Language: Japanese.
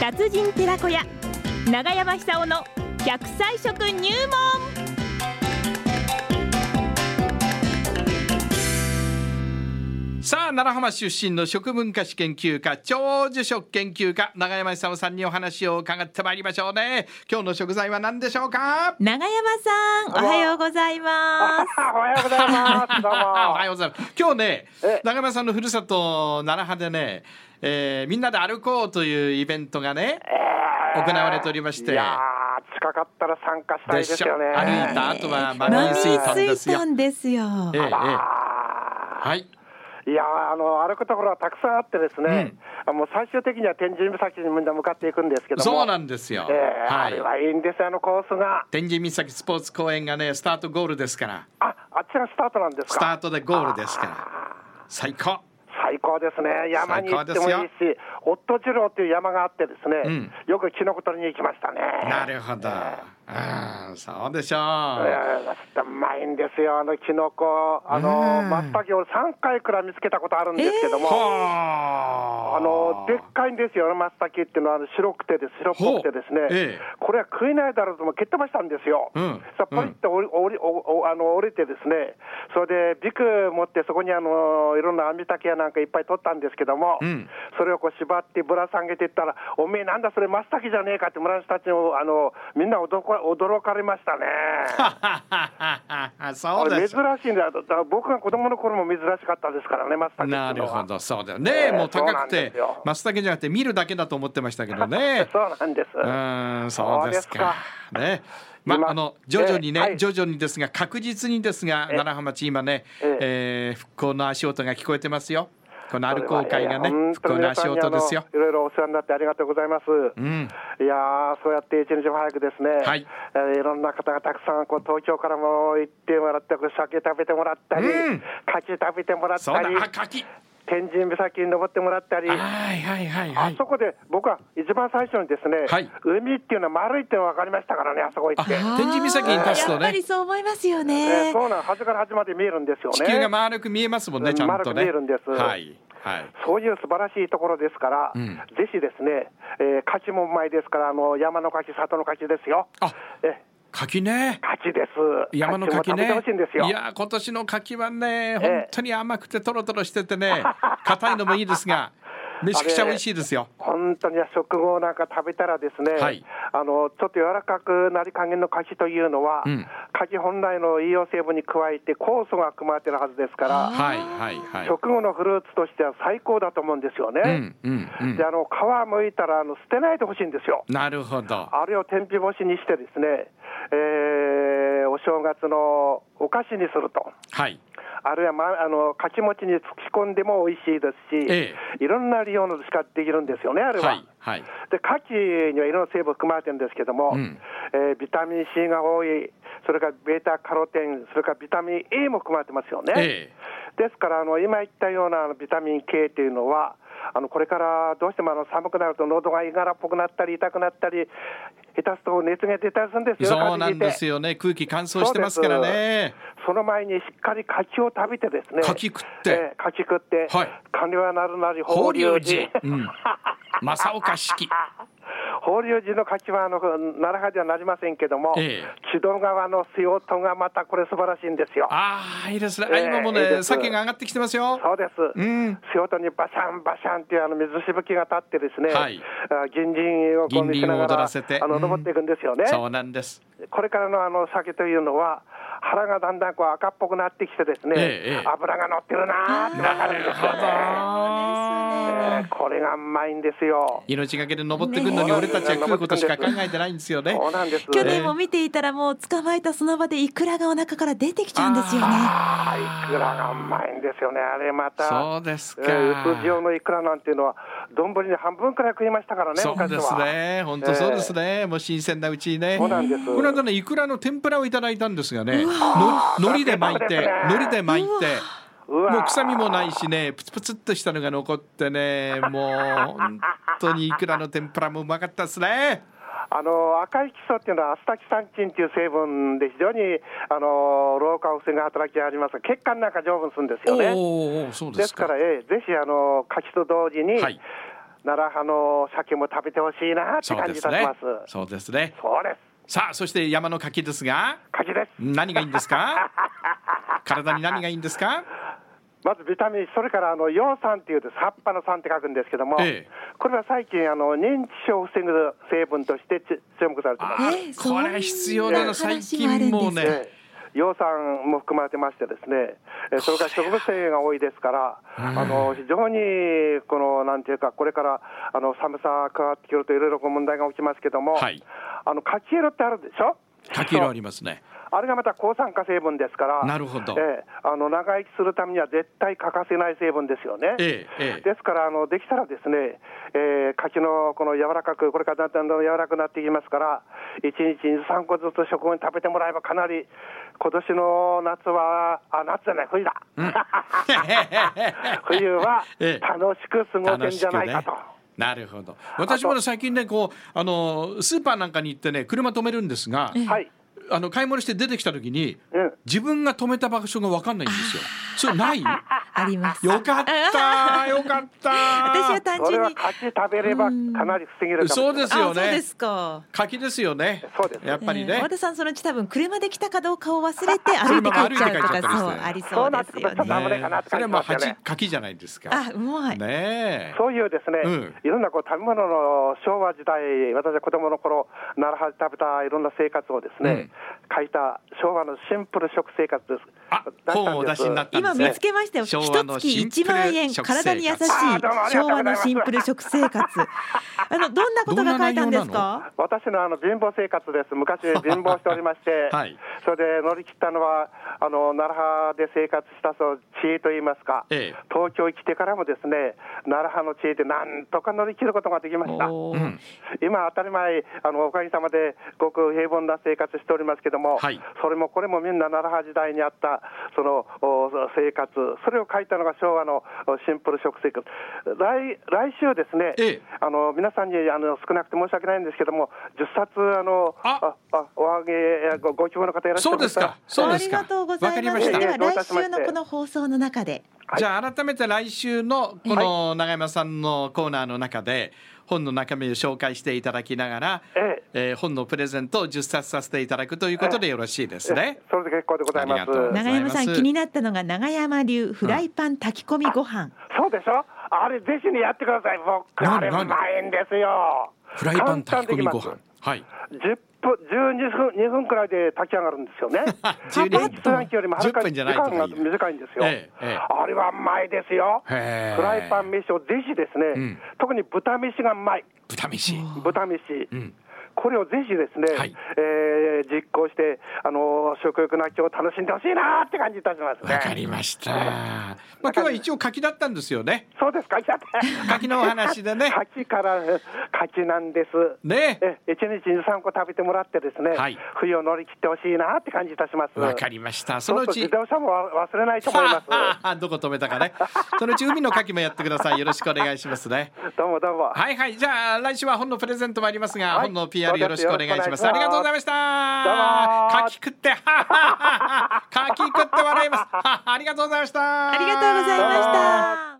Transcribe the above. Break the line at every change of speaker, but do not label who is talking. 達人寺子屋長山久夫の100歳食入門
さあ奈良浜出身の食文化史研究家長寿食研究家永山久夫さんにお話を伺ってまいりましょうね今日の食材は何でしょうか
長山さんおはようございます
おはようござい ます。どうも。
あおはようございます今日ね
え
永山さんのふるさと奈良派でね、えーみんなで歩こうというイベントがね
えー
行われておりまして
いやー、近かったら参加したいですよね。
でしょ歩いた後はマミースイートンですよ
マミースイートンですよ
ええええ
あ
はい
ーいやーあの歩くところはたくさんあってですね、あもう最終的には天神岬にみんな向かっていくんですけども
そうなんですよ、
えーあれ
はい
はいいんですよあのコースが
天神岬スポーツ公園がねスタートゴールですから
ああっちがスタートなんです
スタ
か
ートでゴールですから最高
最高ですね山に行ってもいい
最高
しオットジローっていう山があってですね、
う
よくキノコ取りに行きましたね
なるほど、うんそうでしょう、
えーうまいんですよ、あのキノコ、あの
うん
マスタケを3回くらい見つけたことあるんですけど
ほ
も、
ー
あの でっかいんですよ、マスタケっていうのはあの白くてです、白っぽくてです
ほう
ね
ええ、
これは食えないだろうとも蹴ってましたんですよ、
うん
さっぱりっておりおりおおあの降りてですね、それでビク持って、そこにあのいろんな網竹やなんかいっぱい取ったんですけども、
うん
それをこう縛ってぶら下げていったら、おめえ、なんだそれ、マスタケじゃねえかって、村人たちのあのみんな驚か驚かれましたね。
そ
あ
うで
れ珍
す
しいんだよだから僕が子供の頃も珍しかったですからね、マスタケって
なる
いうの
ほ
は。
どそうだよね、もう高くて
ええそうなんですよ
マスタケじゃなくて見るだけだと思ってましたけどね
そうなんです。
うーんそうですかねま
今
あ、あの徐々にね、
ええはい
徐々にですが確実にですが
ええ
奈良浜町今ね、え
ええ
ー復興の足音が聞こえてますよこのアルコー会がね
いやいや
復興の足音ですよ
本当に皆さんにあのいろいろお世話になってありがとうございます。
ん
いやーそうやって一日も早くですね、
はい
えーいろんな方がたくさんこう東京からも行ってもらって、こう鮭食べてもらったり、
うん
牡蠣食べてもらっ
そう
た
だ
り、
あ柿
天神岬に登ってもらったり。
はいはいはいは
あ
い
そこで僕は一番最初にですね、
はい
海っていうのは丸いっていうのが分かりましたからね、あそこ行って。
あ天神岬に立つとね
やっぱりそう思いますよ
え
ね
ーそうなの端から端まで見えるんですよね。
地球が丸く見えますもんねちゃんとね
丸く見えるんです
はいはい
そういう素晴らしいところですから、
ん
ぜひですね、えー、柿もうまいですから、あの山の柿、里の柿ですよ。
あ
え
柿ね
柿です。
山の柿
も
ね
食べてほしいんですよ。
いやー今年の柿はね
え
本当に甘くてトロトロしてて ね硬いのもいいですがめちゃくちゃ美味しいですよ
本当に食後なんか食べたらですね、
はい
あのちょっと柔らかくなり加減の柿というのは、
うん
柿本来の栄養成分に加えて酵素が含まれてるはずですから、
はいはいはい
食後のフルーツとしては最高だと思うんですよね。
うんうんうん
であの皮剥いたらあの捨てないでほしいんですよ。
なるほど
あれを天日干しにしてですね、えーお正月のお菓子にすると。
はい
あるいは、ま、あの、かき餅に突き込んでも美味しいですし、
え
いろんな利用の仕方できるんですよね、あれは。
はいはい
で、牡蠣にはいろんな成分含まれてるんですけども、
うん
えービタミン C が多い、それからベータカロテン、それからビタミン A も含まれてますよね。
ええ
ですからあの、今言ったようなあのビタミン K というのは、あのこれからどうしてもあの寒くなると、喉がいがらっぽくなったり、痛くなったり、下手すと熱が出たりするんですよ、
そうなん
風邪ひいて
ですよね空気乾燥してますからね
その前にしっかり柿を食べてですね、
柿食って
ええ柿食って、
はい
官僚はなるなり
法
法
隆
隆
寺
寺、
うん正岡式
法隆寺の柿はあの奈良派ではなりませんけども、
ええ
千戸川の水音がまたこれ、素晴らしいんですよ。
ああいいですねあ
ええ
今も
いい
ね
です
鮭が上がってきてますよ
そうです、
うん
仕事にバシャンバシャンっていうあの水しぶきが立ってですね、
はい
あ銀輪をこう見せな
銀輪
が
を踊ら
ら
せて
あ
う
の
ん
登っていくんですよね、
そうなんです
これからのあの酒というのは腹がだんだんこう赤っぽくなってきてですね、
ええええ
脂が乗ってるなーってわかるんですよね、ええこれがうまいんですよ
命がけで登ってくるのに
ね
俺たちは食うことしか考えてないんですよね。
そうなんです
去
ね
年も見ていたらもう捕まえたその場でイクラがお腹から出てきちゃうんですよね
あーいくらがうまいんですよねあれまた
そうですか。
ええ薄塩のいくらなんていうのは丼に半分くらい食いましたからね
そう
昔
です
は
ね。本当そうですね。もう新鮮なうちにね。
そうなんです
この間ね、イクラの天ぷらをいただいたんですがね、の海苔で巻いて
そうですね、
海苔で巻いて、
うわ
もう臭みもないしね、プツプツっとしたのが残ってね、もう本当にイクラの天ぷらもうまかったですね。
あの赤い色素っていうのはアスタキサンチンっていう成分で非常にあの老化を防ぐ働きがありますが血管なんか丈夫にするんですよね。
おーおー、そう
で
ですす
か
か。
ら、ええぜひあの柿と同時に、
はい
奈良派の酒も食べてほしいなって
そう
感
で
じい
す
たし
ね
ます。
そ
そう
うですね
です。
さあそして山の柿ですが
柿です。
何がいいんですか体に何がいいんですか
まずビタミン、それからあの葉酸っていうです葉っぱの酸って書くんですけども、
ええ
これは最近あの認知症を防ぐ成分としてち注目されてます。
あ
ええ
これは必要なの
そんな
最
話もあるん
近
です
もうね
ええ葉酸も含まれてましてですね、えそれから植物繊維が多いですから、あの非常にこのなんていうかこれからあの寒さ変わってくるといろいろこう問題が起きますけども、
はい
あの柿色ってあるでしょ？
柿色ありますね
あれがまた抗酸化成分ですから、
なるほど
ええあの長生きするためには絶対欠かせない成分ですよね。
ええええ
ですからあの、できたらですね、えー柿のこの柔らかく、これからだんだんだん柔らかくなっていきますから、1日に3個ずつ食後に食べてもらえば、かなり今年の夏は、あ夏じゃない、冬だ、 冬は
ええ
楽しく過ごせんじゃないかと。
なるほど私もね最近ねこうあのスーパーなんかに行ってね車止めるんですが
ええ
はい、
あの買い物して出てきた時に
うん
自分が止めた場所が分かんないんですよそれないよ
あります。
かったよかった
私は単
それ
純
は
に。
柿食べればかなり防げるかもしれ
そう
ない
です
あ、そ
よ
うで
ね
すか。
柿ですよね
そうです
やっぱり
えー
ね
和田さんそのうち多分車で来たかどうかを忘れて歩いて帰っちゃうとか
車
そう
も歩いて帰っちゃったりして
ありそうですよ
そうな
ね。
危ないかなって
それは
感じ
まあ
ますよね
柿柿じゃないですか
あ、うまい。
ねえ
そういうですね、
うん
いろんなこう食べ物の昭和時代、私は子供の頃奈良で食べたいろんな生活をですね、書いた昭和のシンプル食生活です。
あ
だったんです
本をお出しになったんで
今
すね
見つけましたよ。一
昭和の
月
シンプル
一万円、
食生活
体に優しい
あどうもありがと
昭
うござ
和
いま
の
す
シンプル食生活。あのどんなことが書いたんです
どんな内容な、
か。
私のあの貧乏生活です、昔、貧乏しておりまして
はい
それで乗り切ったのは、あの奈良で生活したそう知恵といいますか、
ええ
東京に来てからもですね奈良の知恵でなんとか乗り切ることができました。
お
うん
ー
今当たり前あのおかげさまでごく平凡な生活しておりますけども、
はい
それもこれもみんな奈良派時代にあったそのお生活それを書いたのが昭和のおシンプル食生活来来週ですね、
ええ
あの皆さんにあの少なくて申し訳ないんですけども10冊あの
あ
おあげえごご希望の方いらっしゃ
そ
いう
で
ますしたら
かそう
あ
です
り
か
がとうございま
わか
す。
りまし
で
た
は来週のこの放送の中で。
じゃあ改めて来週のこの永山さんのコーナーの中で本の中身を紹介していただきながら、
え
えー本のプレゼントを10冊させていただくということでよろしいですね。
それで結構でございま
あ
す
りがとうございます
長山さん気になったのが長山流フライパン炊き込みご飯。
そうでしょあれぜひにやってください僕
何
あれう
何
まいんですよ
フライパン
簡単
炊き
で
込み
きます
ご飯。はい。
10分、12分、2分くらいで炊き上がるんです よね。
10分
普通のよりもはるかに時
10分じゃないと
間
かいい
が
よ
短いんですよ。
ええええ
あれはうまいですよ。フ
へえ
ライパン飯をぜひですね、
うん
特に豚飯がうまい。
豚飯。
豚飯。
うん。
これをぜひですね、
はい
えー実行して、あのー食欲の秋を楽しんでほしいなーって感じいたしますね。
わかりました。まあ今日は一応柿だったんですよね。
そうですか、 いや
柿のお話 でね。
柿から柿なんです。
ね。
え一日に3個食べてもらってですね、
はい
冬を乗り切ってほしいなって感じいたします。
わかりました。
ち
その
ょっ
う
と
ち
自。動車もわ忘れないと思 います。
どこ止めたかね。そのうち海の柿もやってください。よろしくお願いしますね。
どうもどうも。
はいはい。じゃあ来週は本のプレゼントもありますが、
はい
本の PR よろしくお願いします。
そ
あ
うですよろしくお願いします
りがとうございました。
どうも
柿食って、は っ はっはっは柿食って笑います。はっはありがとうございました。
ありがとうございました。